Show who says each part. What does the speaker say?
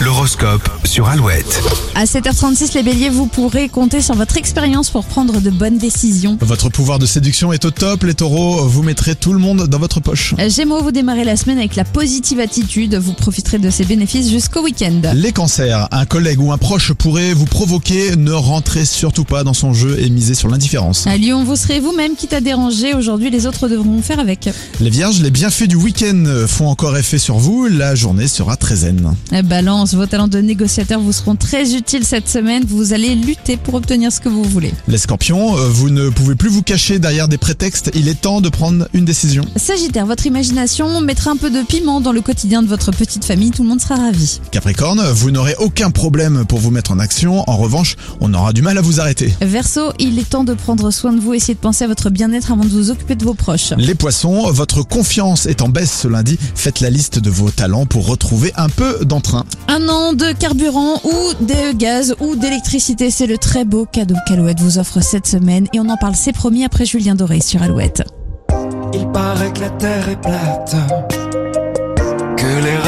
Speaker 1: L'horoscope sur Alouette.
Speaker 2: À 7h36, les béliers, vous pourrez compter sur votre expérience pour prendre de bonnes décisions.
Speaker 3: Votre pouvoir de séduction est au top, les taureaux, vous mettrez tout le monde dans votre poche.
Speaker 2: Gémeaux, vous démarrez la semaine avec la positive attitude. Vous profiterez de ses bénéfices jusqu'au week-end.
Speaker 3: Les cancers, un collègue ou un proche pourrait vous provoquer, ne rentrez surtout pas dans son jeu et misez sur l'indifférence.
Speaker 2: À Lyon, vous serez vous-même quitte à déranger. Aujourd'hui, les autres devront faire avec.
Speaker 3: Les vierges, les bienfaits du week-end font encore effet sur vous, la journée sera très zen.
Speaker 2: Balance, vos talents de négociateur vous seront très utiles cette semaine. Vous allez lutter pour obtenir ce que vous voulez.
Speaker 3: Les scorpions, euh, vous ne pouvez plus vous cacher derrière des prétextes, il est temps de prendre une décision.
Speaker 2: Sagittaire, votre imagination mettra un peu de piment dans le quotidien de votre petite famille. Tout le monde sera ravi.
Speaker 3: Capricorne, vous n'aurez aucun problème pour vous mettre en action, en revanche, on aura du mal à vous arrêter.
Speaker 2: Verseau, il est temps de prendre soin de vous. Essayez de penser à votre bien-être avant de vous occuper de vos proches.
Speaker 3: Les poissons, votre confiance est en baisse ce lundi, faites la liste de vos talents pour retrouver un peu d'entrain.
Speaker 2: Un an de carburant ou de gaz ou d'électricité, c'est le très beau cadeau qu'Alouette vous offre cette semaine et on en parle, c'est promis, après Julien Doré sur Alouette.
Speaker 4: Il paraît que la terre est plate. Que les